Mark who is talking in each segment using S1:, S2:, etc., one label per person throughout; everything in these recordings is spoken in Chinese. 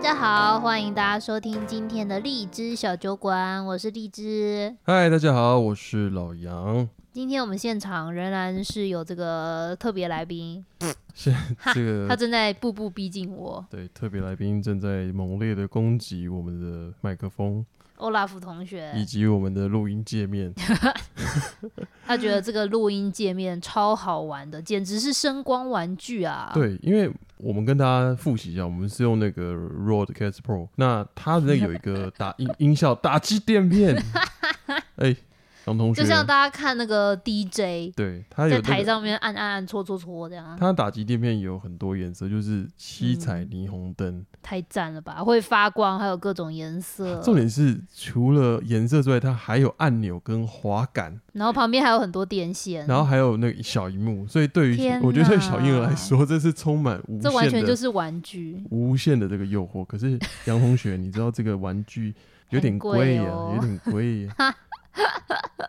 S1: 家好，欢迎大家收听今天的荔枝小酒馆，我是荔枝。
S2: 嗨，大家好，我是老杨。
S1: 今天我们现场仍然是有这个特别来宾，哈
S2: 这
S1: 他
S2: 个
S1: 正在步步逼近我，
S2: 对特别来宾正在猛烈的攻击我们的麦克风
S1: 欧拉夫同
S2: 以
S1: 学。
S2: 及我们的录音界面。
S1: 他觉得这个录音界面超好玩的，简直是声光玩具啊！，
S2: 对，因为我们跟大家复习一下，我们是用那个 Rodecast Pro，那它的那有一个打音音效打击垫 片。哎，杨同学
S1: 就，像大家看那个 DJ
S2: 对，它有
S1: 在
S2: 那
S1: 台
S2: 个
S1: 上面按按按搓搓搓这样，
S2: 它打击垫片有很多颜色，就是
S1: 嗯
S2: 七彩霓虹灯。
S1: 太赞了吧！会发光，还有各种颜色，
S2: 重点是除了颜色之外，它还有按钮跟滑杆。
S1: 然后旁边还有很多电线，
S2: 然后还有那个小荧幕，所以对于
S1: 天
S2: 我觉得对小
S1: 哪
S2: 婴儿来说，这是充满无
S1: 这完
S2: 限
S1: 全
S2: 的、
S1: 就是玩具。
S2: 无限的这个诱惑。可是杨同学，你知道这个玩具有点
S1: 很贵
S2: 贵呀、啊
S1: 哦
S2: 有点贵耶。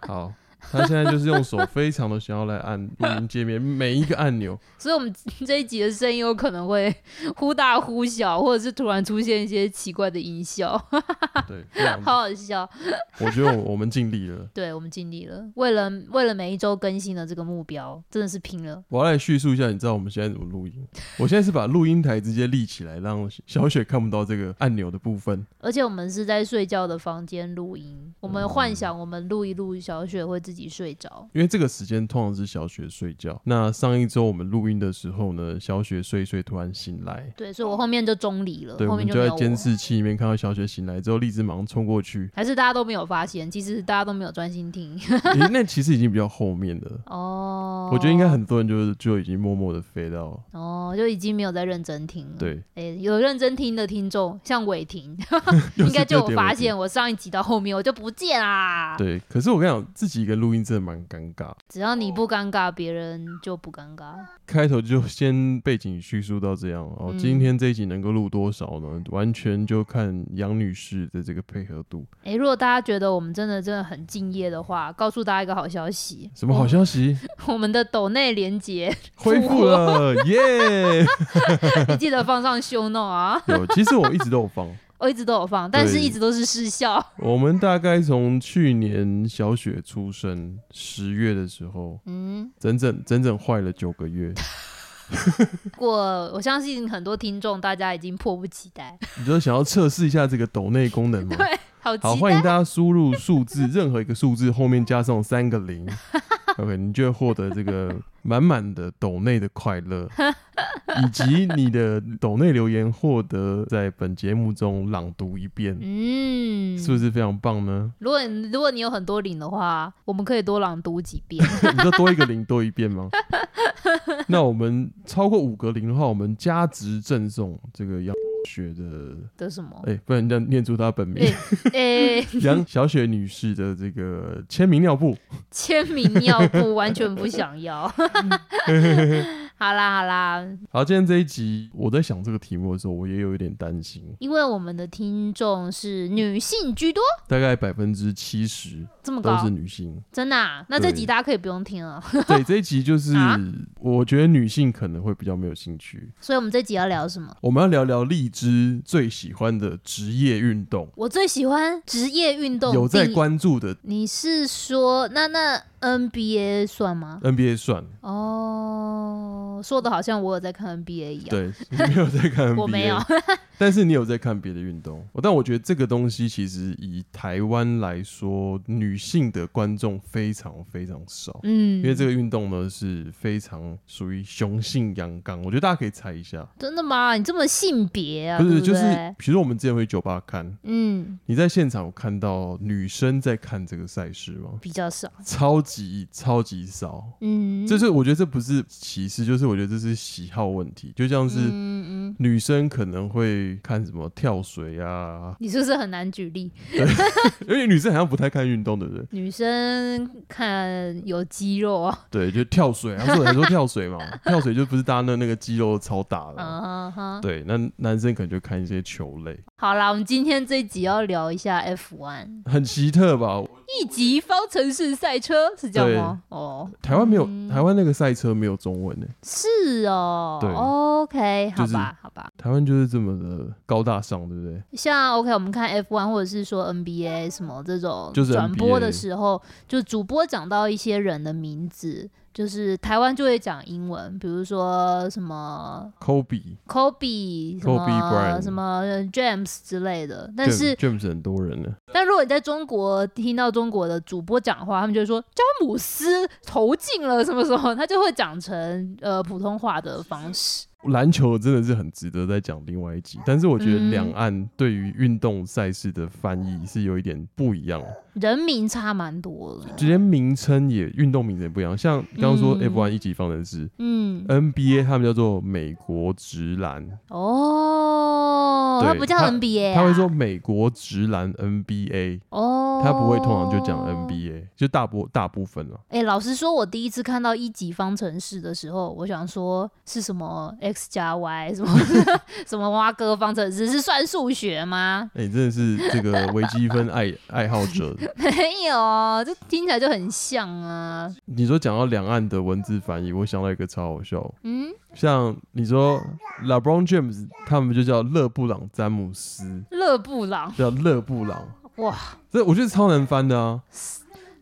S2: 好，他现在就是用手非常的想要来按录音界面每一个按钮，
S1: 所以，我们这一集的声音有可能会 忽大忽小，或者是突然出现一些奇怪的音效，
S2: 对，非常
S1: 好好笑。
S2: 我觉得我我们尽力了。
S1: 对我们尽力了，为了为了每一周更新的这个目标，真的是拼了。
S2: 我要来叙述一下，你知道我们现在怎么录音？我现在是把录音台直接立起来，让小雪看不到这个按钮的部分。
S1: 而且我们是在睡觉的房间录音，我们幻想我们录一录，小雪会自己睡着。
S2: 因为这个时间通常是小雪睡觉。那上一周我们录音的时候呢，小雪睡一睡突然醒来，
S1: 对，所以我后面就中离了，
S2: 对，
S1: 后
S2: 我
S1: 面
S2: 们
S1: 没
S2: 在
S1: 有我。。
S2: 监视器里面看到小雪醒来之后，荔枝马上冲过去
S1: 还是大家都没有发现，其实大家都没有专心 听
S2: 诶那其实已经比较后面的，
S1: 哦。
S2: 我觉得应该很多人就是就已经默默的飞到。
S1: 哦，就已经没有在认真听了。
S2: 对，
S1: 诶、有认真听的听众，像伟霆，
S2: 又
S1: 应
S2: 是
S1: 该就
S2: 这
S1: 有
S2: 点
S1: 发
S2: 问题。
S1: 现，我上一集到后面我就不见啦。
S2: 对，可是我跟你讲，自己一个录音真的蛮尴尬。
S1: 只要你不尴尬，别人就不尴尬。
S2: 开头就先背景叙述到这样哦。
S1: 嗯
S2: 今天这一集能够录多少呢？完全就看杨女士的这个配合度。
S1: 诶、如果大家觉得我们真的真的很敬业的话，告诉大家一个好消息，
S2: 什么好消息？
S1: 我我们 的抖内连 接，
S2: 恢复了， 耶！
S1: 你记得放上 show note 啊，
S2: 有，其实我一直都有放。
S1: 我一直都有放，但是
S2: 对
S1: 一直都是失 效。
S2: 我们大概从去年小雪出生十月的时候，
S1: 嗯，
S2: 整整整整坏了九个月。
S1: 不过我相信很多听众大家已经迫不及待，
S2: 你就想要测试一下这个抖内功能吗？
S1: 对，好
S2: 好，
S1: 期
S2: 欢迎
S1: 待。
S2: 大家输入数字， 任何一个数字后面加上三个零，OK，你就会获得 这个满满的抖内的快乐，以及你的抖内留言获得在本节目中朗读一遍，
S1: 嗯，
S2: 是不是非常棒呢？
S1: 如果你如果你有很多领的话，我们可以多朗读几遍。
S2: 你就多一个零多一遍吗？那我们超过五个零的话，我们加值赠送这个杨雪的，
S1: 的什么？
S2: 哎、不然人家念出她本名
S1: 哎诶、
S2: 杨小雪女士的这个签名尿布。
S1: 签名尿布完全不想要。 好啦好啦，
S2: 好，今天这一集我在想这个题目的时候，我也有一点担心，
S1: 因为我们的听众是女性居多，
S2: 大概百分之七十
S1: 这么
S2: 都
S1: 高
S2: 是，女性。
S1: 真的、啊？那这
S2: 对
S1: 集大家可以不用听了。
S2: 对，这一集就是
S1: 啊
S2: 我觉得女性可能会比较没有兴趣。
S1: 所以我们这集要聊什么？
S2: 我们要聊聊荔枝最喜欢的职业运动，
S1: 我最喜欢职业运动，
S2: 有在
S1: 第一。
S2: 关注的
S1: 你是说那那 NBA 算吗？
S2: NBA 算。
S1: 哦，说的好像我有在看 NBA 一样。
S2: 对， 你没有在看 NBA，
S1: 我 没有
S2: 但是你有在看别的运动。但我觉得这个东西其实以台湾来说，女性的观众非常非常少。
S1: 嗯，
S2: 因为这个运动呢是非常属于雄性阳刚，我觉得大家可以猜一下，
S1: 真的吗？你这么性别啊？
S2: 不是
S1: 对
S2: 就是
S1: 对
S2: 比如说我们之前回酒吧看，
S1: 嗯，
S2: 你在现场有看到女生在看这个赛事吗？
S1: 比较少。
S2: 超级超级少，
S1: 嗯，
S2: 就是我觉得这不是歧视，就是我觉得这是喜好问题，就像是
S1: 嗯嗯，
S2: 女生可能会看什么跳水啊，
S1: 你是不是很难举例？
S2: 因为女生好像不太看运动的人，
S1: 女生看有肌肉啊，
S2: 对，就跳水啊，所以很多跳水嘛， 跳水就不是大家那那个肌肉超大的啊，
S1: 嗯哼，
S2: 对，那男生可能就看一些球类，
S1: 好啦，我们今天这一集要聊一下 F1，
S2: 很奇特吧？
S1: 一级方程式赛车是这样吗？哦，
S2: 台湾没有，
S1: 嗯
S2: 台湾那个赛车没有中文欸呢、
S1: 是哦
S2: 对
S1: ，OK，好
S2: 就是
S1: 吧，好吧。
S2: 台湾就是这么的高大上，对不对？
S1: 像 OK，我们看 F1 或者是说 NBA 什么这种
S2: 就是
S1: 转
S2: NBA
S1: 播的时候，就主播讲到一些人的名字，就是台湾就会讲英文，比如说什么
S2: Kobe、
S1: Kobe、什么
S2: Bryant
S1: 什么呃 James 之类的。但是，
S2: James James 很多人呢，
S1: 但如果你在中国听到中国的主播讲话，他们就会说詹姆斯投进了什么什么，他就会讲成呃普通话的方式。
S2: 篮球真的是很值得再讲另外一集，但是我觉得
S1: 嗯
S2: 两岸对于运动赛事的翻译是有一点不一样，
S1: 人名差蛮多的，
S2: 直接名称也运动名称也不一样。像刚刚说
S1: 嗯
S2: F1 一级方程式、
S1: 嗯，
S2: NBA 他们叫做美国直篮，
S1: 哦，
S2: 对
S1: 他不叫
S2: 他
S1: NBA，、啊、
S2: 他会说美国直篮 NBA，
S1: 哦，
S2: 他不会通常就讲。NBA，就大部大部分了。
S1: 哎、老实说，我第一次看到一级方程式的时候，我想说是什么 x 加 y 什么 什么蛙哥方程式是算数学吗？
S2: 哎、你真的是这个微积分 爱爱好者。
S1: 没有，哦这听起来就很像啊。
S2: 你说讲到两岸的文字翻译，我想到一个超好笑，
S1: 嗯，
S2: 像你说 LeBron James，他们就叫勒布朗詹姆斯，
S1: 勒布朗，
S2: 叫勒布朗，
S1: 哇，
S2: 这我觉得超难翻的啊。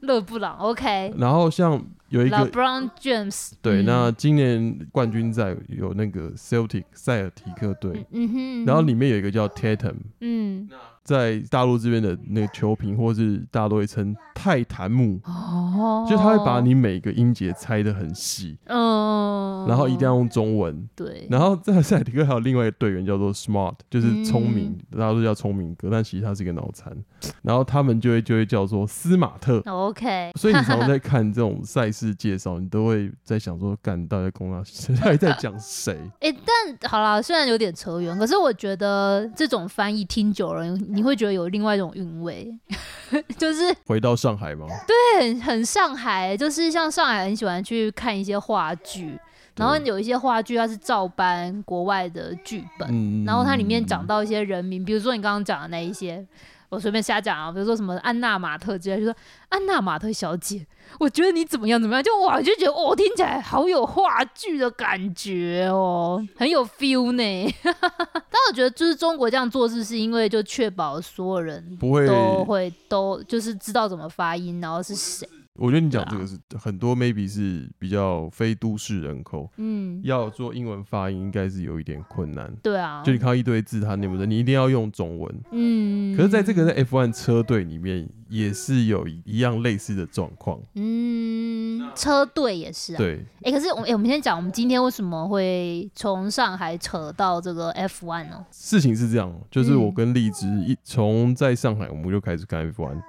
S1: 勒布朗，OK。
S2: 然后像有一个
S1: LeBron James，
S2: 对，
S1: 嗯
S2: 那今年冠军赛有那个 Celtic 塞尔提克队
S1: 嗯，嗯哼，
S2: 然后里面有一个叫 Tatum，
S1: 嗯，
S2: 在大陆这边的那个球评或是大家都会称泰坦姆，
S1: 哦，
S2: 就他会把，你每个音节拆得很细，
S1: 嗯，
S2: 然后一定要用中文。
S1: 对，
S2: 然后在赛尔提克还有另外一个队员叫做 Smart，就是聪明，
S1: 嗯
S2: 大家都叫聪明哥，但其实他是一个脑残。然后他们就会就会叫做斯马特。
S1: OK，
S2: 所以你常常在看这种赛事介绍，你都会在想说，干到底在攻他，到底在讲 谁？
S1: 好啦，虽然有点扯远，可是我觉得这种翻译听久了，你会觉得有另外一种韵味， 就是
S2: 回到上海吗？
S1: 很很上海，就是像上海很喜欢去看一些话剧，然后有一些话剧它是照搬国外的剧本，
S2: 嗯
S1: 然后它里面讲
S2: 到
S1: 到一些人名，比如说你刚刚讲的那一些。我随便瞎讲啊，比如说什么安娜马特之类，就说安娜马特小姐，我觉得你怎么样怎么样，就哇，就觉得哦，听起来好有话剧的感觉哦，很有 feel 呢。 但我觉得就是中国这样做事，是因为就确保所有人
S2: 不会，
S1: 都会都就是知道怎么发音，然后是谁。
S2: 我觉得你讲这个
S1: 啊
S2: 是很多 maybe 是比较非都市人口，
S1: 嗯，
S2: 要做英文发音应该是有一点困难。
S1: 对啊
S2: 就，你看到一堆字，它念不对，你一定要用中文。
S1: 嗯。
S2: 可是，在这个在 F1 车队里面，也是有一样类似的状况。
S1: 嗯，车队也是啊。
S2: 对，
S1: 哎、可是我们、诶我们先讲，我们今天为什么会从上海扯到这个哦 F1 呢？
S2: 事情是这样，就是我
S1: 嗯
S2: 跟荔枝一从在上海，我们就开始看 F1。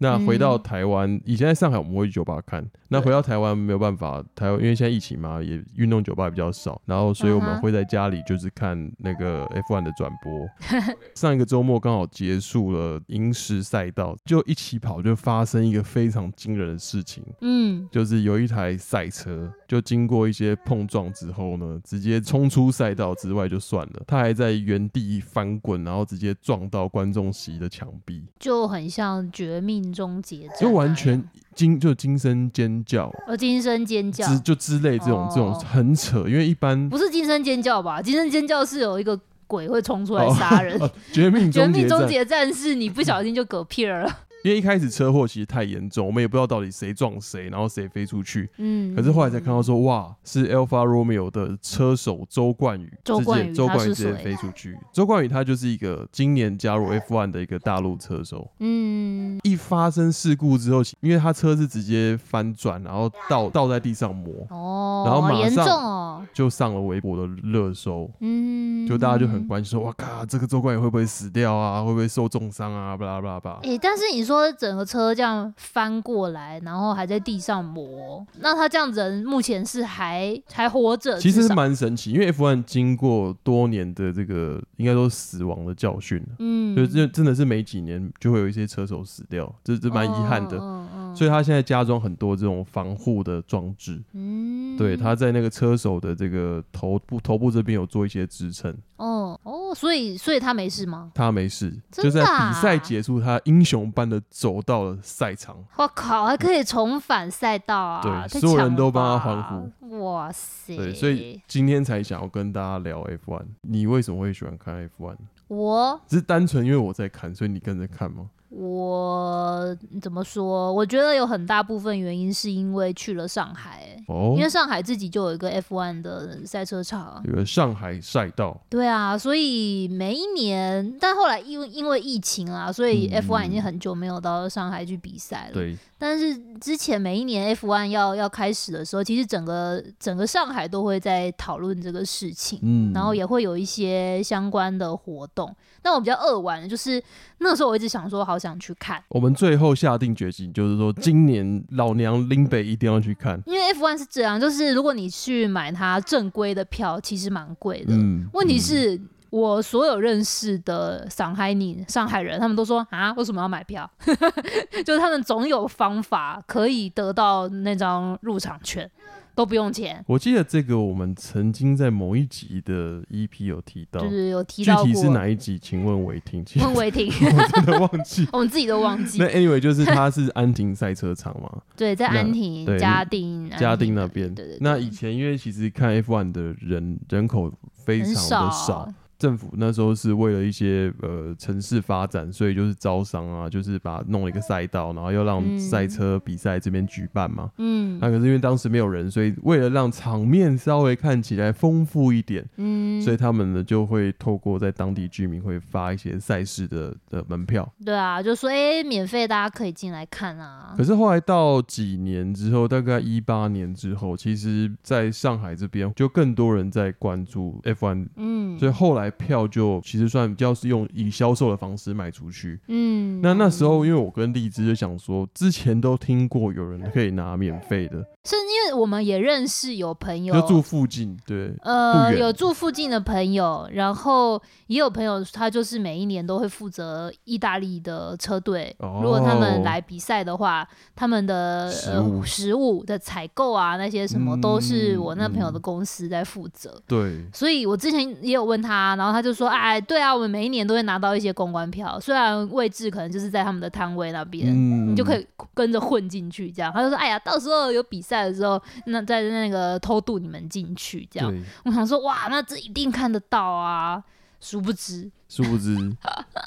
S2: 那回到
S1: 嗯
S2: 台湾，以前在上海我们会去酒吧看，那
S1: 对
S2: 回到台湾没有办法，台湾因为现在疫情嘛，也运动酒吧比较少，然后所以我
S1: 嗯
S2: 们
S1: 哼
S2: 会在家里就是看那个 F1 的转播。上一个周末刚好结束了银石赛道，就一起跑就发生一个非常惊人的事情，
S1: 嗯，
S2: 就是有一台赛车，就经过一些碰撞之后呢，直接冲出赛道之外就算了，它还在原地翻滚，然后直接撞到观众席的墙壁，
S1: 就很像《绝命终结战》啊，
S2: 就完全惊就惊声尖叫
S1: 呃惊声尖叫，
S2: 之就之类这种、这种
S1: 哦
S2: 很扯，因为一般
S1: 不是惊声尖叫吧？惊声尖叫是有一个鬼会冲出来杀人，
S2: 呃绝命
S1: 绝
S2: 终
S1: 命
S2: 结
S1: 终
S2: 战，
S1: 结战》是你不小心就嗝屁儿了。
S2: 因为一开始车祸其实太严重，我们也不知道到底谁撞谁，然后谁飞出去。
S1: 嗯，
S2: 可是后来才看到说，哇，是 Alpha Romeo 的车手周冠宇，
S1: 周冠宇
S2: 直接周
S1: 他
S2: 冠宇
S1: 是
S2: 直接
S1: 谁啊
S2: 飞出去。周冠宇他就是一个今年加入 F1 的一个大陆车手。
S1: 嗯，
S2: 一发生事故之后，因为他车是直接翻转，然后倒倒在地上磨，
S1: 哦，
S2: 然后马
S1: 好
S2: 上
S1: 严重哦，
S2: 就上了微博的热搜。
S1: 嗯，
S2: 就大家就很关心说，哇靠，这个周冠宇会不会死掉啊？会不会受重伤啊？巴拉巴拉巴拉。
S1: 诶、但是你说整个车这样翻过来，然后还在地上磨，那他这样人目前是还还活着，
S2: 其实
S1: 至
S2: 是
S1: 少
S2: 蛮神奇，因为 F1 经过多年的这个应该说死亡的教训，
S1: 嗯，
S2: 就真真的是每几年就会有一些车手死掉，这这蛮遗憾的。
S1: 嗯嗯，
S2: 所以他现在加装很多这种防护的装置，
S1: 嗯，
S2: 对，他在那个车手的这个头部头部这边有做一些支撑，
S1: 哦哦，哦，所以所以他没事吗？
S2: 他没事，
S1: 真
S2: 就在
S1: 的啊
S2: 比赛结束，他英雄般的走到了赛场。
S1: 我靠，还可以重返赛道啊！
S2: 对
S1: 太
S2: 所有人
S1: 强
S2: 都
S1: 了
S2: 帮他
S1: 吧
S2: 欢
S1: 哇塞！
S2: 对，所以今天才想要跟大家聊 F1。你为什么会喜欢看 F1？
S1: 我
S2: 只是单纯因为我在看，所以你跟着看吗？
S1: 我嗯怎么说？我觉得有很大部分原因是因为去了上海、欸
S2: 哦
S1: 因，为上海自己就有一个 F1 的赛车场。啊
S2: 有个上海赛道，
S1: 对啊，所以每一年，但后来因为因为疫情啊，所以
S2: 嗯
S1: F1 已经很久没有到上海去比赛了。
S2: 对，
S1: 但是之前每一年 F1 要要开始的时候，其实整个整个上海都会在讨论这个事情。
S2: 嗯，
S1: 然后也会有一些相关的活动，但我比较扼腕的就是那时候我一直想说，好想去看，
S2: 我们最后下定决心，就是说今年老娘林北一定要去看。
S1: 因为 F1 是这样，就是如果你去买它正规的票，其实蛮贵的，
S2: 嗯，
S1: 问题
S2: 嗯
S1: 是、我所有认识的上海人、上海人，他们都说啊，为什么要买票？ 就是他们总有方法可以得到那张入场券，都不用钱。
S2: 我记得这个我们曾经在某一集的 EP 有提到，
S1: 就是有提
S2: 哦具
S1: 到
S2: 体是
S1: 过，
S2: 哪一集？请问伟霆，其实
S1: 问伟 霆，。
S2: 我真的忘记
S1: 我们自己都忘记
S2: 那。anyway 就是它是安亭赛车场嘛，
S1: 对，在
S2: 那
S1: 安亭
S2: 对、
S1: 嘉定、
S2: 嘉
S1: 安
S2: 定
S1: 亭
S2: 那边。
S1: 对对对，
S2: 那以前因为其实看 F1 的人人口非常
S1: 很
S2: 的
S1: 少，
S2: 少，政府那时候是为了一些呃城市发展，所以就是招商啊，就是把弄了一个赛道，然后要让
S1: 嗯
S2: 赛车比赛这边举办嘛。
S1: 嗯
S2: 那可是因为当时没有人，所以为了让场面稍微看起来丰富一点，
S1: 嗯，
S2: 所以他们呢就会透过在当地居民会发一些赛事的的门票。
S1: 对啊，就说哎，免费大家可以进来看啊
S2: 嗯可。是后来到几年之后，大概一八年之后，其实在上海这边就更多人在关注 F1，
S1: 嗯
S2: 所以后来票就其实算比较是用以销售的方式卖出去。
S1: 嗯，
S2: 那那时候，因为我跟荔枝就想说，之前都听过有人可以拿免费的，
S1: 是因为我们也认识嗯有朋友
S2: 就住附近，对，不
S1: 呃，
S2: 远
S1: 有住附近的朋友，然后也有朋友，他就是每一年都会负责意大利的车队。
S2: 哦
S1: 如果他们来比赛的话，他们的
S2: 食物
S1: 呃食物的采购啊，那些什么都是
S2: 嗯
S1: 我那朋友的
S2: 嗯
S1: 公司在负责。
S2: 对，
S1: 所以我之前也有问他，然后他就说：“哎，对啊，我们每一年都会拿到一些公关票，虽然位置可能就是在他们的摊位那边，
S2: 嗯
S1: 你就可以跟着混进去。”这样，他就说：“哎呀，到时候有比赛的时候，那在那个偷渡你们进去这样。”
S2: 对，
S1: 我想说，哇，那这一定看得到啊！殊不知，
S2: 殊不知，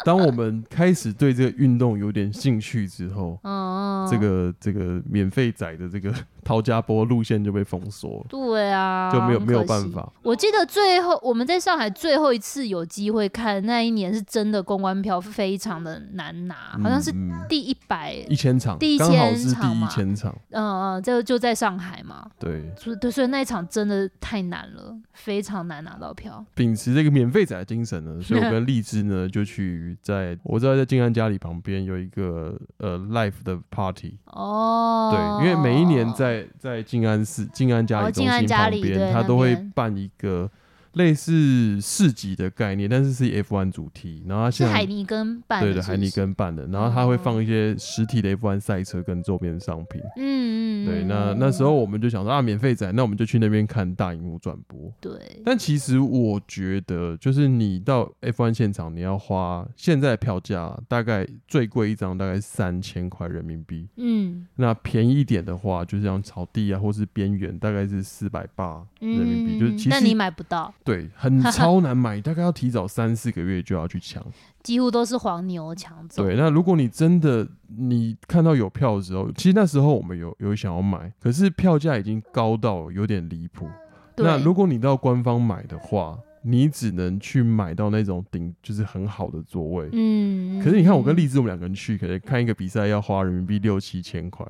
S2: 当我们开始对这个运动有点兴趣之后，
S1: 嗯，
S2: 这个这个免费仔的这个陶家波路线就被封锁，
S1: 对啊，
S2: 就没有
S1: 很
S2: 没有
S1: 可
S2: 办
S1: 惜。
S2: 法。
S1: 我记得最后我们在上海最后一次有机会看那一年，是真的公关票非常的难拿，好像是
S2: 嗯嗯
S1: 第一百，
S2: 一千场，
S1: 第一
S2: 刚好
S1: 千
S2: 是
S1: 场
S2: 第一
S1: 嘛
S2: 千场，
S1: 嗯嗯，就就在上海嘛，
S2: 对。
S1: 所以对，所以那一场真的太难了，非常难拿到票。
S2: 秉持这个免费仔的精神呢，所以 我跟荔枝呢就去在我知道在静安家里旁边有一个呃 live 的 party，
S1: 哦，
S2: 对，因为每一年在在静安寺、静安家
S1: 哦
S2: 里中
S1: 静安
S2: 心
S1: 家
S2: 旁
S1: 里
S2: 边，
S1: 对
S2: 它
S1: 那
S2: 都会
S1: 边
S2: 办一个类似市集的概念，但是是以 F1 主题。然后它
S1: 是
S2: 现
S1: 海
S2: 在
S1: 尼根办
S2: 对
S1: 的
S2: 的
S1: 是
S2: 海
S1: 不
S2: 尼
S1: 是，
S2: 根办的，然后它会
S1: 哦
S2: 放一些实体的 F1 赛车跟周边商品。
S1: 嗯嗯，
S2: 对，
S1: 嗯
S2: 那
S1: 嗯
S2: 那时候我们就想说啊，免费仔，那我们就去那边看大荧幕转播。
S1: 对，
S2: 但其实我觉得，就是你到 F1 现场，你要花现在的票价大概最贵一张大概三千块人民币，
S1: 嗯
S2: 那便宜一点的话，就像草地啊，或是边缘，大概是四百八人民币，就是
S1: 嗯
S2: 其
S1: 但你
S2: 实
S1: 买不到，
S2: 对很超难买，大概要提早三四个月就要去抢。
S1: 几乎都是黄牛抢走。
S2: 对，那如果你真的你看到有票的时候，其实那时候我们有有想要买，可是票价已经高到有点离谱。
S1: 对，
S2: 那如果你到官方买的话，你只能去买到那种顶就是很好的座位。
S1: 嗯，
S2: 可是你看，我跟
S1: 丽
S2: 荔枝我们两个人去，可能看一个比赛要花人民币六七 千块，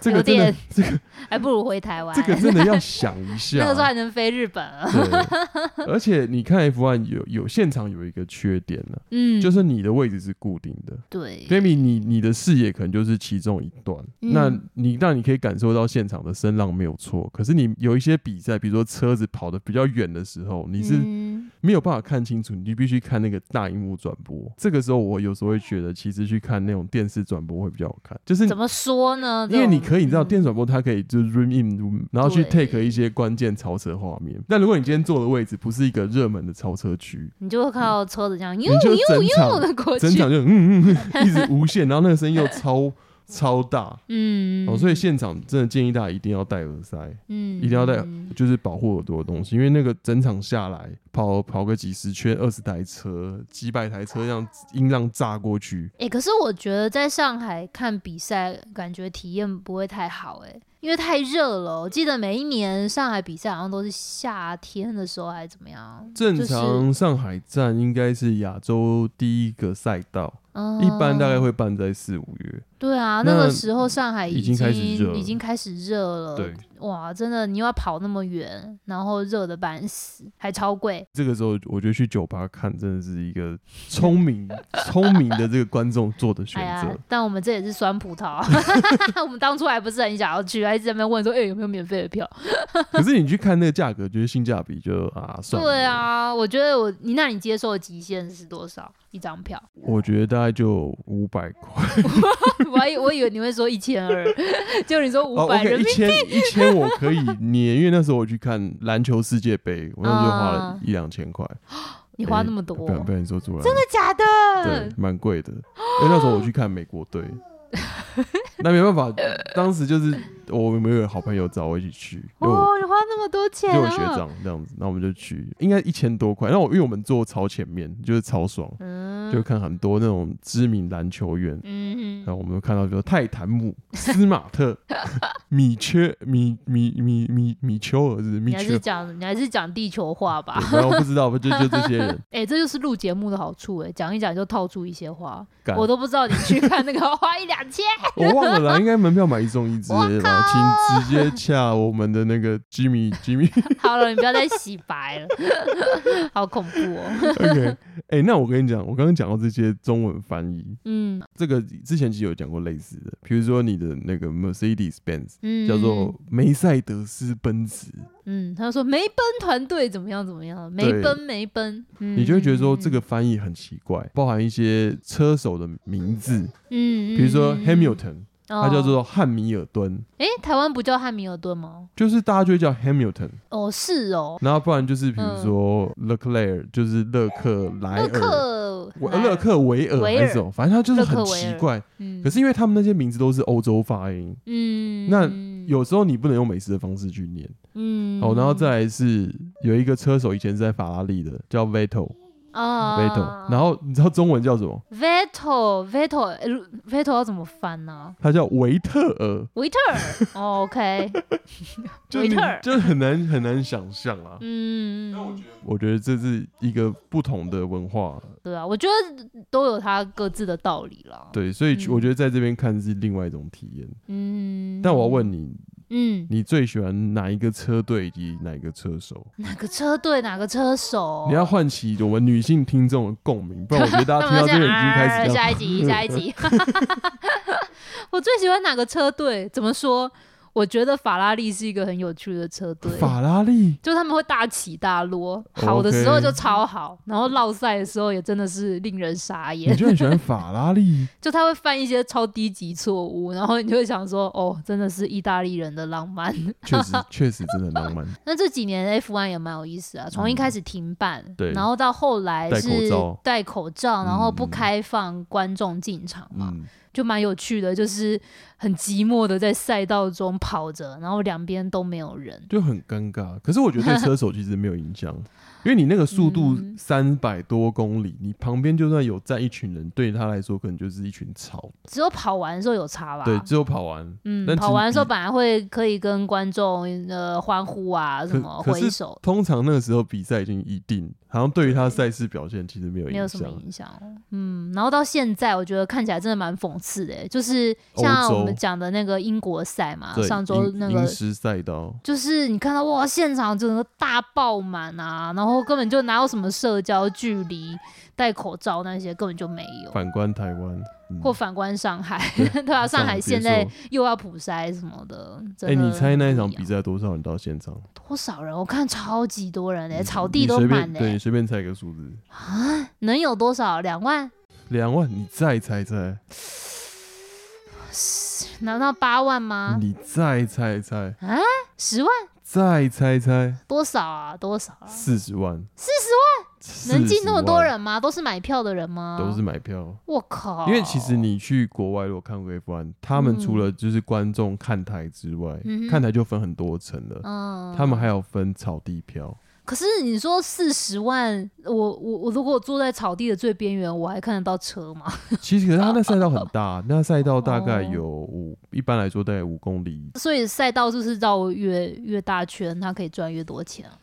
S2: 这个
S1: 有
S2: 真的
S1: 点，还哎不如回台湾。
S2: 这个 真的啊要想一下。
S1: 那个时候还能飞日本，啊
S2: 对，而且你看 F1 有有现场有一个缺点呢、
S1: 嗯，
S2: 就是你的位置是固定的。
S1: 对，
S2: Baby，你你的视野可能就是其中一段，
S1: 嗯
S2: 那你让你可以感受到现场的声浪没有错。可是你有一些比赛，比如说车子跑得比较远的时候，你是
S1: 嗯
S2: 没有办法看清楚，你就必须看那个大荧幕转播。这个时候，我有时候会觉得，其实去看那种电视转播会比较好看，就是
S1: 怎么说呢？嗯
S2: 因为你
S1: 以，
S2: 可以，你知道电视转播它可以就是 zoom in，zoom，然后去
S1: 对
S2: take 一些关键超车画面。但如果你今天坐的位置不是一个热门的超车 区，
S1: 你就会看到车子这样
S2: 你
S1: 呦
S2: 就
S1: 呦
S2: 整
S1: 呦
S2: 场
S1: 的过
S2: 整
S1: 去，
S2: 场就嗯嗯 嗯，一直无限，然后那个声音又超超大
S1: 嗯，
S2: 哦，所以现场真的建议大家一定要戴耳塞，
S1: 嗯，
S2: 一定要戴
S1: 嗯
S2: 就是保护耳朵的东西，因为那个整场下来跑跑个几十圈，二十台车，几百台车这样音浪炸过去，
S1: 哎、可是我觉得在上海看比赛，感觉体验不会太好哎、因为太热了。我记得每一年上海比赛好像都是夏天的时候还是怎么样，
S2: 正
S1: 就是
S2: 常上海站应该是亚洲第一个赛道。
S1: 嗯，
S2: 一般大概会办在四五月，
S1: 对啊，
S2: 那
S1: 那个时候上海
S2: 已
S1: 经
S2: 经开始热
S1: 已经开始热了，
S2: 对，
S1: 哇，真的你又要跑那么远，然后热的半死，还超贵，
S2: 这个时候我觉得去酒吧看真的是一个 聪明聪明的这个观众做的选
S1: 哎呀
S2: 择。！
S1: 但我们这也是酸葡 萄，我们当初还不是很想要去，还一直在那边问说，哎、有没有免费的票？
S2: 可是你去看那个价格，觉得性价比就啊算了。
S1: 对，啊，我觉得我你那你接受的极限是多少一张票？
S2: 我觉得大概就五百块
S1: 我还以我以为你会说一千二，结果你说
S2: 哦
S1: 五百
S2: ，OK，
S1: 人
S2: 一
S1: 民币，
S2: 千一千我可以捏，因为那时候我去看篮球世界杯，我那时候就花了
S1: 啊
S2: 一两 千块，
S1: 你花那么多，
S2: 哎不然被人说出来，
S1: 真的假
S2: 对
S1: 的？，
S2: 蛮贵的。因为那时候我去看美国 队，那没办法，当时就是我们有好朋友找我一起去，因为我
S1: 哦，你花那么多钱
S2: 就有
S1: 啊！
S2: 学长这样子，那我们就去，应该一千多块。那我因为我们坐超前面，就是超爽，
S1: 嗯，
S2: 就看很多那种知名篮球员。
S1: 嗯
S2: 然，后我们看到，比如说泰坦姆、 斯马特、 米切、米米米米米丘尔是不是米
S1: 你还
S2: 切
S1: 是
S2: 尔，
S1: 讲你还是讲地球话吧。
S2: 对然后我不知道，就就这些 人
S1: 哎、这就是录节目的好处哎、讲一讲就套出一些话，
S2: 干，
S1: 我都不知道你去看那个 要花一两千。
S2: 我忘了啦，应该门票买一送一之类的吧，请直接洽我们的那个 Jimmy Jimmy。
S1: 好了，你不要再洗白了，好恐怖哦。
S2: OK，哎、那我跟你讲，我刚刚讲到这些中文翻译，
S1: 嗯
S2: 这个之前其实有讲过类似的，比如说你的那个 Mercedes Benz
S1: 嗯，
S2: 叫做梅赛德斯奔驰，
S1: 嗯，他就说梅奔团队怎么样怎么样，梅
S2: 对
S1: 奔梅奔，嗯
S2: 你就会觉得说这
S1: 嗯
S2: 个翻译很奇怪，包含一些车手的名字，
S1: 嗯，嗯
S2: 比如说
S1: 嗯
S2: Hamilton，
S1: 哦
S2: 它叫做汉密尔顿，
S1: 诶，台湾不叫汉密尔顿吗？
S2: 就是大家就会叫 Hamilton，
S1: 哦，是哦，嗯
S2: 然后不然就是比如说 Leclerc，就是勒克莱
S1: 勒
S2: 尔。
S1: 克
S2: 呃我
S1: 莱尔
S2: 勒，克维尔
S1: 维
S2: 还是什么，反正它就是
S1: 勒
S2: 很
S1: 克维尔
S2: 奇怪。
S1: 嗯，
S2: 可是因为他们那些名字都是欧洲发音，
S1: 嗯，
S2: 那
S1: 嗯
S2: 有时候你不能用美式的方式去念。
S1: 嗯，
S2: 哦，然后再来是有一个车手以前是在法拉利的，叫 Vettel，Vettel，、
S1: 啊
S2: 然后你知道中文叫什么？
S1: Vettel Vettel 呃 Vettel 要怎么翻呢？
S2: 他叫维特尔，
S1: 维特尔哦，OK，
S2: 就
S1: 维
S2: 你
S1: 特尔
S2: 就很难很难想象啊。
S1: 嗯，嗯
S2: 我觉得这是一个不同的文化，
S1: 对啊，我觉得都有它各自的道理啦。，
S2: 对，所以
S1: 嗯
S2: 我觉得在这边看是另外一种体验。
S1: 嗯，
S2: 但我要，问你，
S1: 嗯，
S2: 你最喜欢哪一个车队以及哪一个车手？
S1: 哪个车队哪个车手？
S2: 你要唤起我们女性听众的共鸣，不然我觉得大家
S1: 那么
S2: 听到这
S1: 现在
S2: 个已经开始要
S1: 啊下一集，下一 集。 我最喜欢哪个车队？怎么说？我觉得法拉利是一个很有趣的车队，
S2: 法拉利。
S1: 就他们会大起大落，好的时候
S2: OK
S1: 就超好，然后落赛的时候也真的是令人傻
S2: 你
S1: 眼。
S2: 就很喜欢法 拉利，
S1: 就他会犯一些超低级错误，然后你就会想说，哦，真的是意大利人的浪漫。
S2: 确实确实真的很浪漫。
S1: 那这几年 F1 也蛮有意思啊，从一开始停办，
S2: 嗯对
S1: 然后到后来
S2: 戴口
S1: 是
S2: 罩
S1: 戴口罩，然后不
S2: 嗯
S1: 开放观众进场嘛，
S2: 嗯，
S1: 就蛮有趣的，就是很寂寞的在赛道中跑着，然后两边都没有人。
S2: 就很尴尬。可是我觉得对车手其实没有影响，因为你那个速度
S1: 嗯
S2: 三百多公里，你旁边就算有站一群人，对他来说可能就是一群草。
S1: 只有跑完的时候有差吧？
S2: 对，只有跑完，
S1: 嗯，
S2: 但其实
S1: 跑完的时候本来会可以跟观众呃欢呼啊，什么
S2: 可
S1: 挥手，
S2: 通常那个时候比赛已经一定，好像对于他赛事表现其实没有
S1: 没有
S2: 影
S1: 什么
S2: 响。
S1: 影响哦。嗯，然后到现在我觉得看起来真的蛮讽刺的，欸就是像
S2: 欧洲
S1: 我们讲的那个英国赛嘛，
S2: 对，
S1: 啊上周那
S2: 临
S1: 个
S2: 时赛道，
S1: 就是你看到哇，现场整个大爆满啊，然后根本就哪有什么社交距离，戴口罩那些根本就没有。
S2: 反观台湾，嗯
S1: 或反观上海，
S2: 对
S1: 对啊，上海
S2: 别
S1: 现在
S2: 说
S1: 又要普筛什么的。真
S2: 哎，你
S1: 的
S2: 猜那一
S1: 不
S2: 场
S1: 一
S2: 比
S1: 样
S2: 赛多少人到现场？
S1: 多少人？我看超级多人嘞、欸
S2: 你
S1: 草
S2: 你
S1: 地都
S2: 随便
S1: 满嘞、
S2: 对，你随便猜一个数字，
S1: 能有多少？两万？
S2: 两万，你再猜猜，
S1: 难道八万吗？
S2: 你再猜猜，
S1: 十万？
S2: 再猜猜，
S1: 多少啊？多少啊？
S2: 四十万，
S1: 四十
S2: 40
S1: 万能进那么多
S2: 万
S1: 人吗？都哦是买票的人吗？
S2: 都是。买票，
S1: 我靠！
S2: 因为其实，你去国外，如果看过 F1，他们除了就是观众看台之外，
S1: 嗯哼
S2: 看台就分很多层了，
S1: 嗯，
S2: 他们还有分草地票，
S1: 可是你说四十万，我我我如果坐在草地的最边缘，我还看得到车吗？
S2: 其实可是他那赛道很大，那赛道大概
S1: 哦
S2: 有五，一般来说大概五公里，
S1: 所以赛道就是绕越越大圈，他可以赚越多钱 啊，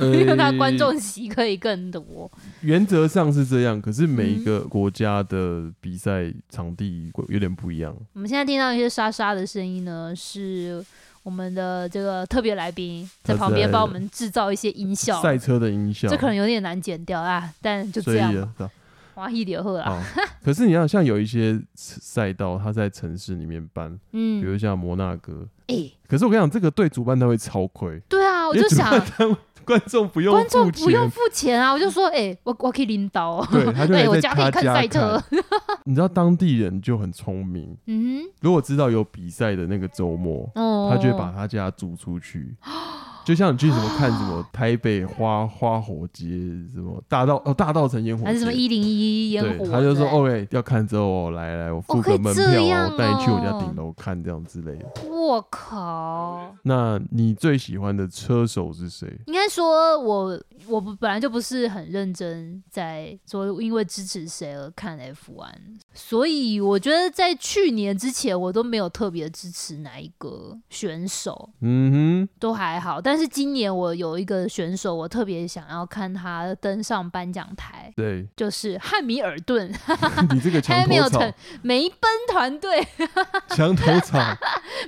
S2: 呃
S1: 因为他观众席可以更多。
S2: 原则上是这样，可是每一
S1: 嗯
S2: 个国家的比赛场地有点不一样。
S1: 我们现在听到一些沙沙的声音呢，是我们的这个特别来宾在旁边帮我们制造一些音效，
S2: 赛车的音效，
S1: 这可能有点难剪掉啊，但就
S2: 所
S1: 这
S2: 以
S1: 样
S2: 啊
S1: 吧，哇，一点喝啊，
S2: 好。可是你要像有一些赛道，它在城市里面办，比
S1: 嗯，
S2: 如像摩纳哥。
S1: 哎、
S2: 可是我跟你讲，这个对主办单位超亏，
S1: 对啊，我
S2: 因
S1: 就
S2: 为主
S1: 想
S2: 办单位观众不用
S1: 观众
S2: 付
S1: 不用
S2: 钱，
S1: 付钱啊，我就说，哎、我我可以领导、哦，
S2: 对，他就
S1: 对
S2: 来
S1: 我
S2: 在
S1: 家可以
S2: 他
S1: 看
S2: 家
S1: 赛车，
S2: 你知道当地人就很聪明，
S1: 嗯
S2: 如果知道有比赛的那个周末，
S1: 哼，哦，
S2: 他就会把他家租出去。就像你去什么看什么台北花花火节，什么大道哦大道城烟火节，
S1: 还是什么一零一烟火，
S2: 对，他就说
S1: 对不
S2: OK 要看之后哦来来我
S1: 哦
S2: 付
S1: 可以
S2: 个门
S1: 这
S2: 票
S1: 样
S2: 哦，带你去我家
S1: 哦
S2: 顶楼看这样之类的。
S1: 对，我靠。
S2: 那你最喜欢的车手是谁？
S1: 应该说我我不本来就不是很认真在说，因为支持谁而看 F1，所以我觉得在去年之前我都没有特别支持哪一个选手，
S2: 嗯
S1: 都还好。但是今年我有一个选手，我特别想要看他登上颁奖台
S2: 哼，。对
S1: 就是汉密尔顿、
S2: 你这个墙头
S1: Hamilton
S2: 草，
S1: 梅奔团队
S2: 墙头草，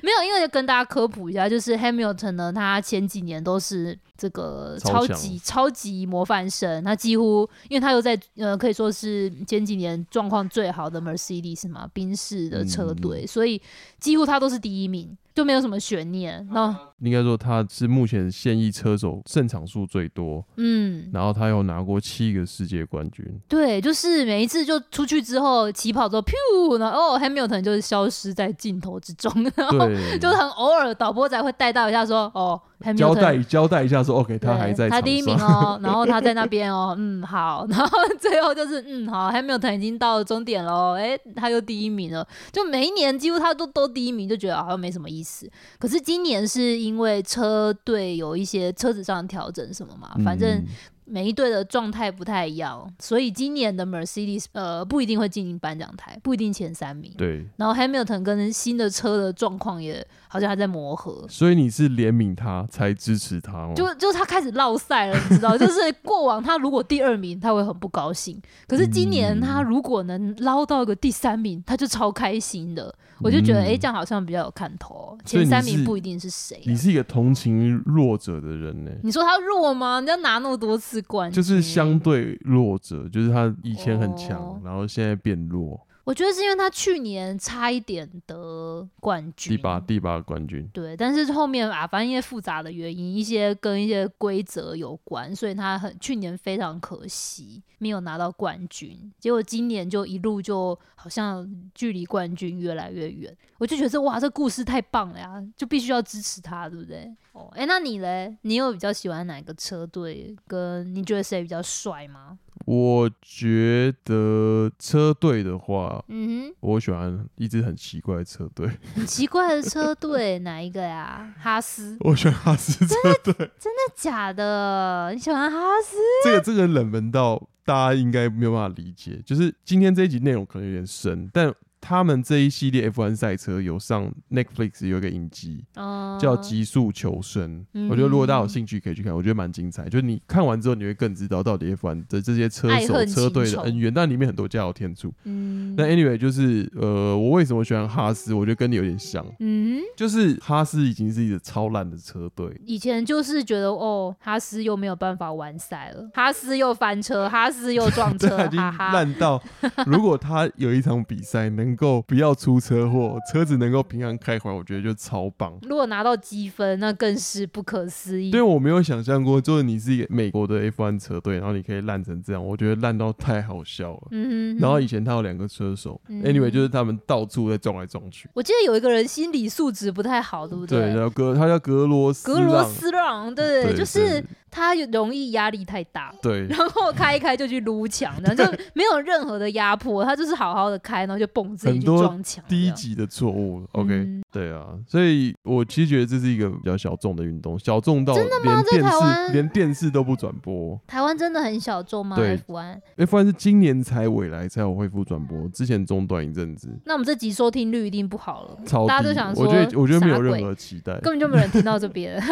S1: 没有，因为跟大家科普一下，就是 Hamilton 呢，他前几年都是这个超
S2: 超
S1: 级超级模范生，他几乎因为他又在呃，可以说是前几年状况最好的 Mercedes 嘛，宾士的车队，所以几乎他都是第一名，就没有什么悬念。那
S2: 应该说他是目前现役车手胜场数最多，
S1: 嗯，
S2: 然后他有拿过七个世界冠军。
S1: 对，就是每一次就出去之后起跑之后，噗，然后哦 Hamilton 就是消失在镜头之中，然后
S2: 对，
S1: 哦就是很偶尔导播才会带到一下说哦
S2: 交
S1: ，Hamilton
S2: 代交代一下说，OK，他
S1: 对
S2: 还在场
S1: 他
S2: 上。
S1: 第一名 哦，然后他在那边哦，嗯，好， 然后最后就是嗯，好，Hamilton 已经到终点喽，诶，他又第一名了，就每一年几乎他都都第一名，就觉得好像没什么意思。可是今年是因为车队有一些车子上的调整什么嘛，哦反正
S2: 嗯
S1: 每一队的状态不太一样，所以今年的 Mercedes 呃不一定会进颁奖台，不一定前三名。
S2: 对，
S1: 然后 Hamilton 跟新的车的状况也好像还在磨合，
S2: 所以你是怜悯他才支持他哦。
S1: 就就是他开始落赛了，你知道，就是过往他如果第二名，他会很不高兴。可是今年
S2: 嗯
S1: 他如果能捞到一个第三名，他就超开心的。我就觉得，
S2: 嗯
S1: 哎、这样好像比较有看头哦。
S2: 所
S1: 前
S2: 以你
S1: 三名
S2: 是
S1: 不一定是谁啊、
S2: 你是一个同情弱者的人呢、
S1: 你说他弱吗？人家拿那么多次冠军，
S2: 就是相对弱者，就是他以前很强，
S1: 哦
S2: 然后现在变弱，
S1: 我觉得是因为他去年差一点得冠军，
S2: 第八第八冠军。
S1: 对，但是后面啊，反正因为复杂的原因，一些跟一些规则有关，所以他很去年非常可惜没有拿到冠军，结果今年就一路就好像距离冠军越来越远。我就觉得这哇，这故事太棒了呀，就必须要支持他，对不对？哦，哎，那你嘞？你有比较喜欢哪个车队？跟你觉得谁比较帅吗？
S2: 我觉得车队的话，
S1: 嗯
S2: 我喜欢一支很奇怪的车队，
S1: 哼，很奇怪的车队 哪一个呀？哈斯？
S2: 我喜欢哈斯 车队。
S1: 真的假的？你喜欢哈斯？
S2: 这个这个冷门到大家应该没有办法理解，就是今天这一集内容可能有点深，但他们这一系列 F1 赛车有上 Netflix 有一个影集
S1: 哦，
S2: 叫《极速求生》，
S1: 嗯
S2: 我觉得如果大家有兴趣可以去看，我觉得蛮精彩。就是你看完之后，你会更知道到底 F1 的这些车
S1: 爱
S2: 手
S1: 恨
S2: 车队
S1: 情仇
S2: 的恩怨，但里面很多加油添醋。
S1: 嗯
S2: 那 anyway 就是呃，我为什么喜欢哈斯？我觉得跟你有点像，
S1: 嗯，
S2: 就是哈斯已经是一个超烂的车队，
S1: 以前就是觉得哦，哈斯又没有办法完赛了，哈斯又翻车，哈斯又撞 车，
S2: 啊他已经
S1: 哈哈。
S2: 烂到，如果他有一场比赛能够不要出车祸，车子能够平安开回来，我觉得就超棒。
S1: 如果拿到积分，那更是不可思议。
S2: 对，我没有想象过，就是你是一个美国的 F1 车队，然后你可以烂成这样，我觉得烂到太好笑了。
S1: 嗯哼哼，
S2: 然后以前他有两个车手、
S1: 嗯
S2: a n y w a y 就是他们到处在撞来撞去。
S1: 我记得有一个人心理素质不太好，对不
S2: 对，然后格他叫格罗斯
S1: 格罗
S2: 让，
S1: 斯让，对
S2: 对
S1: 就是他容易压力太大，
S2: 对
S1: 然后开一开就去撸墙， 然后就没有任何的压迫，他就是好好的开，然后就蹦自己去
S2: 很多
S1: 撞墙。
S2: 低
S1: 这样
S2: 级的错误。OK，、
S1: 嗯
S2: 对啊，所以我其实觉得这是一个比较小众的运动，小众到
S1: 真的吗
S2: 连
S1: 在
S2: 电
S1: 台湾
S2: 视连电视都不转播。
S1: 台湾真的很小众吗
S2: 对
S1: ？F1，
S2: F1 是今年才未来才有恢复转播，之前中断一阵子，
S1: 那我们这集收听率一定不好了，
S2: 超低。
S1: 大家都想说
S2: 我觉得我觉得没有
S1: 啥
S2: 任
S1: 鬼
S2: 何期待。
S1: 根本就没有人听到这边。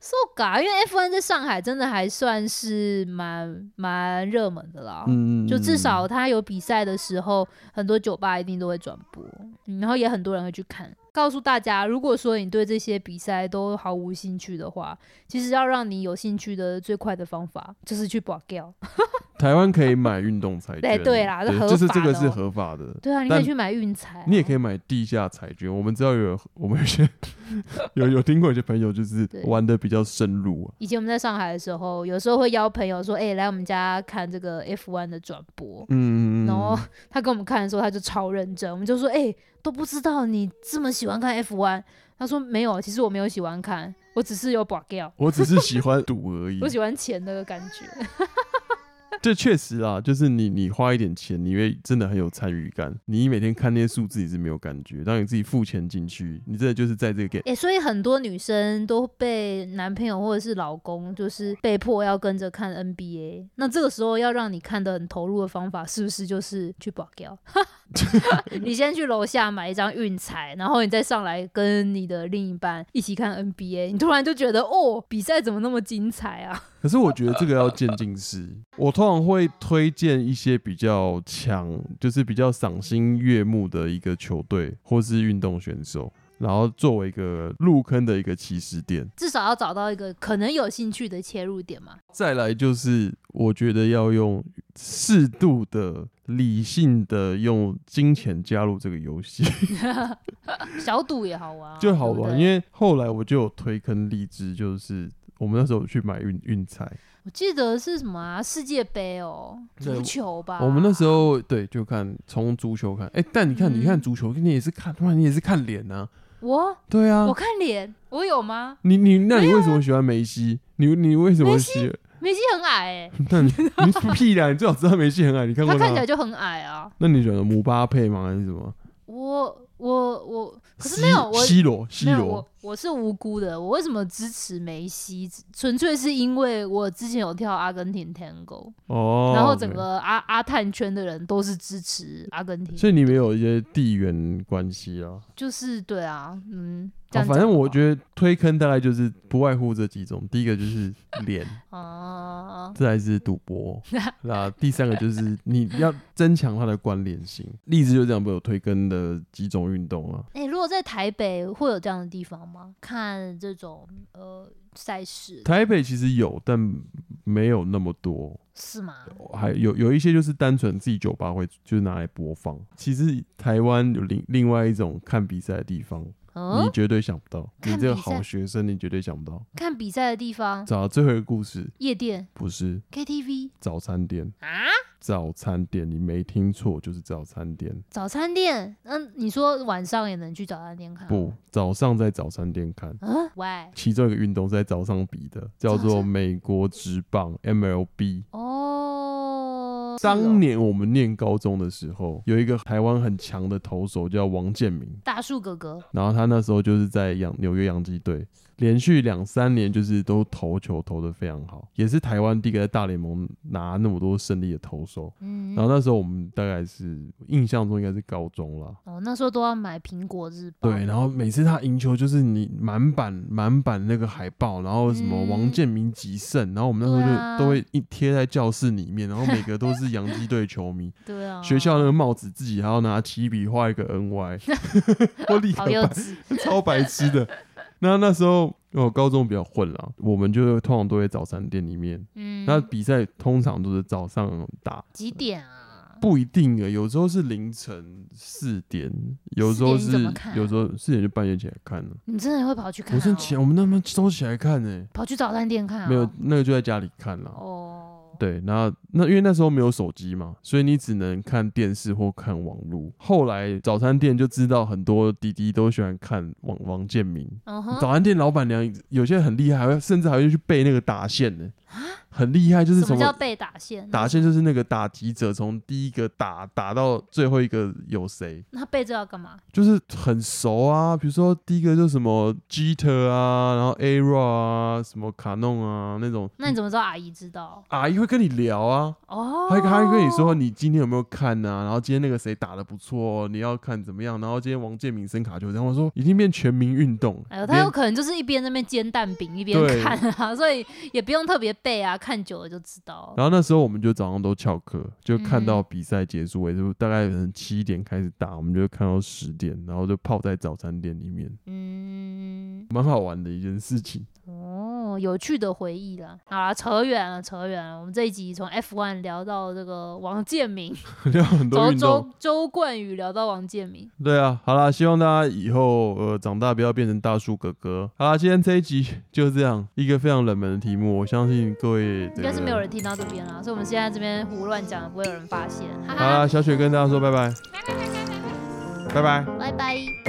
S1: so ga，因为 F1 在上海真的还算是蛮蛮热门的啦。
S2: 嗯
S1: 就至少他有比赛的时候，很多酒吧一定都会转播，嗯然后也很多人会去看。告诉大家，如果说你对这些比赛都毫无兴趣的话，其实要让你有兴趣的最快的方法就是去保 g
S2: 台湾可以买运动彩
S1: 对
S2: 券，
S1: 对啦是合
S2: 就是
S1: 法
S2: 这个
S1: 的
S2: 是
S1: 哦
S2: 合法的。
S1: 对啊，你可
S2: 但
S1: 以去买运彩、啊
S2: 你也可以。买地下彩券，我们知道有我们有些有有听过有些朋友就是
S1: 对
S2: 玩的比较深入啊，
S1: 以前我们在上海的时候，有时候会邀朋友说：“哎、来我们家看这个 F1 的转播。”
S2: 嗯，
S1: 然后他跟我们看的时候，他就超认真，我们就说：“哎、都不知道你这么喜欢看 F1。”他说：“没有，其实我没有喜欢看，我只是有保 g
S2: 我只是喜欢赌而已
S1: 我。喜欢钱那个感觉。
S2: 这确实啊，就是你你花一点钱，你会真的很有参与感。你每天看那些数字，你是没有感觉。当你自己付钱进去，你真的就是在这个 game。
S1: 哎、所以很多女生都被男朋友或者是老公，就是被迫要跟着看 NBA。那这个时候要让你看得很投入的方法，是不是就是去保镖？ 你先去楼下买一张运彩，然后你再上来跟你的另一半一起看 NBA。你突然就觉得，哦，比赛怎么那么精彩啊？
S2: 可是我觉得这个要渐进式。我通常会推荐一些比较强，就是比较赏心悦目的一个球队或是运动选手，然后作为一个入坑的一个起始点。
S1: 至少要找到一个可能有兴趣的切入点嘛。
S2: 再来就是，我觉得要用适度的、理性的用金钱加入这个游戏。
S1: 小赌也好玩啊、
S2: 就好
S1: 对不
S2: 玩，
S1: 对
S2: 因为后来我就有推坑荔枝，就是我们那时候去买运运彩，
S1: 我记得是什么啊？世界杯哦，
S2: 对
S1: 足球吧。
S2: 我们那时候对就看从足球看，哎、但你看、
S1: 嗯
S2: 你看足球，你也是看，哇，你也是看脸啊，
S1: 我
S2: 对啊
S1: 我，看脸，我有吗？
S2: 你你那你为什么喜欢梅西？你你为什么喜？
S1: 梅西很矮哎、
S2: 那你你屁啦！你最好知道梅西很矮，你看过
S1: 他看起
S2: 他
S1: 来？就很矮啊。
S2: 那你选的姆巴佩吗？还是什么？
S1: 我我我，可是
S2: 西
S1: 没有我
S2: 西罗西
S1: 没有
S2: 罗
S1: 我，我是无辜的。我为什么支持梅西？纯粹是因为我之前有跳阿根廷 Tango，、
S2: 哦，
S1: 然后整
S2: OK
S1: 个阿阿探圈的人都是支持阿根廷，
S2: 所以你们有一些地缘关系啊。
S1: 就是对啊，嗯，这
S2: 啊，
S1: 样
S2: 反正我
S1: 得
S2: 觉得推坑大概就是不外乎这几种，第一个就是脸，
S1: 啊，
S2: 再来是赌 博，那第三个就是你要增强它的关联性。例子就这样被我推坑的几种运动啊，
S1: 哎、如果在台北会有这样的地方吗？看这种呃赛事
S2: 台北其实有，但没有那么多，
S1: 是吗？
S2: 还有有一些就是单纯自己酒吧会就是拿来播放。其实台湾有另另外一种看比赛的地方，
S1: 嗯
S2: 你，绝对想不到，你
S1: 看
S2: 这个
S1: 比赛
S2: 好学生你绝对想不到。
S1: 看比赛的地方，
S2: 找到最后一个故事，
S1: 夜店、
S2: 不是
S1: KTV
S2: 早餐店。
S1: 啊，
S2: 早餐店，你没听错，就是早餐店。
S1: 早餐店。嗯，你说晚上也能去早餐店看？
S2: 不，，早上在早餐店看。
S1: 嗯，喂，
S2: 其中一个运动是在早上比的，叫
S1: 早
S2: 做
S1: 上
S2: 美国职棒 MLB。
S1: 哦，哦，是
S2: 当
S1: 哦
S2: 年我们念高中的时候，有一个台湾很强的投手叫王建民，
S1: 大树哥哥，
S2: 然后他那时候就是在洋纽约洋基队，连续两三年就是都投球投的非常好，也是台湾第一个在大联盟拿那么多胜利的投手。
S1: 嗯，
S2: 然后那时候我们大概是印象中应该是高中啦，
S1: 哦，那时候都要买苹果日报，
S2: 对，然后每次他赢球就是你满版满版那个海报，然后什么
S1: 嗯
S2: 王建民极胜，然后我们那时
S1: 对
S2: 候
S1: 啊
S2: 就都会一贴在教室里面，然后每个都是洋基队 球迷，
S1: 对啊，
S2: 学校那个帽子自己还要拿起笔画一个 N Y，我立刻
S1: 好幼
S2: 白
S1: 稚，
S2: 超白 痴的。那那时候我高中比较混啦，我们就通常都会早餐店里面，
S1: 嗯，
S2: 那比赛通常都是早上打，
S1: 几点啊？
S2: 不一定的，有时候是凌晨四点，有时候
S1: 4点你
S2: 是
S1: 怎么看啊
S2: 有时候四点就半夜起来看啊了。
S1: 你真的会跑去看、
S2: 我
S1: 哦？
S2: 是起来，我们那边收起来看呢、欸
S1: 跑去早餐店看、哦？
S2: 没有那个就在家里看了。
S1: 哦，
S2: 对，那那因为那时候没有手机嘛，所以你只能看电视或看网络。后来早餐店就知道很多弟弟都喜欢看王王建民，
S1: 嗯哼，
S2: 早餐店老板娘有些很厉害，还会甚至还会去背那个打线呢，很厉害，就是
S1: 啊什
S2: 什
S1: 么叫
S2: 么
S1: 被打线？
S2: 打线就是那个打击者从第一个打打到最后一个有谁，
S1: 那被这要干嘛？
S2: 就是很熟啊，比如说第一个就是什么 Jeter 啊，然后 Ara 啊，什么卡弄啊那种，
S1: 那你怎么知道阿姨知道？
S2: 阿姨会跟你聊啊，
S1: 哦，
S2: 她她会跟你说你今天有没有看啊，然后今天那个谁打的不错、哦，你要看怎么样，然后今天王建民升卡球，然后我说已经变全民运动，
S1: 哎呦，他
S2: 连
S1: 有可能就是一边那边煎蛋饼一边
S2: 对
S1: 看啊，所以也不用特别背啊，看久了就知道。
S2: 然后那时候我们就早上都翘课，就看到
S1: 嗯
S2: 比赛结束，哎也就大概可能七点开始打，我们就看到十点，然后就泡在早餐店里面，
S1: 嗯，
S2: 蛮好玩的一件事情。
S1: 哦，有趣的回忆啦。好啦，扯远了，扯远了。我们这一集从 F1 聊到这个王建民，
S2: 聊很多
S1: 从
S2: 运动，
S1: 周周冠宇聊到王建民。
S2: 对啊，好啦，希望大家以后呃长大不要变成大树哥哥。好啦，今天这一集就这样，一个非常冷门的题目，我相信各位呃
S1: 应该是没有人。听到这边啦，所以我们现在这边胡乱讲，不会有人发现，哈
S2: 这个好
S1: 哈，
S2: 啦，小雪跟大家说拜拜，拜拜。
S1: 拜拜。